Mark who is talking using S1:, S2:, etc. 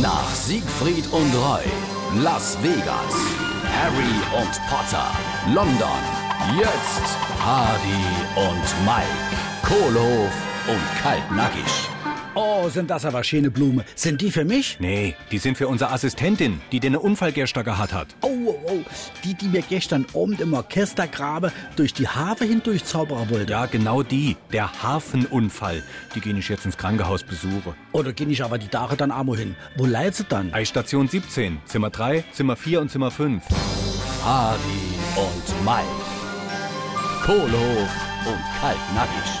S1: Nach Siegfried und Roy, Las Vegas, Harry und Potter, London, jetzt Hardy und Mike, Kohlhof und Kaltnackig.
S2: Oh, sind das aber schöne Blume. Sind die für mich?
S3: Nee, die sind für unsere Assistentin, die den Unfall gestern gehabt hat.
S2: Oh, oh, oh. Die, die mir gestern Abend im Orchestergrabe durch die Harfe hindurch zaubern wollte.
S3: Ja, genau die, der Hafenunfall. Die gehen ich jetzt ins Krankenhaus besuche.
S2: Oder geh ich aber die Tage dann amo hin? Wo leidet sie dann?
S3: Ei, Station 17, Zimmer 3, Zimmer 4 und Zimmer 5.
S1: Hardy und Mike, Kohlhof und Kaltnackig.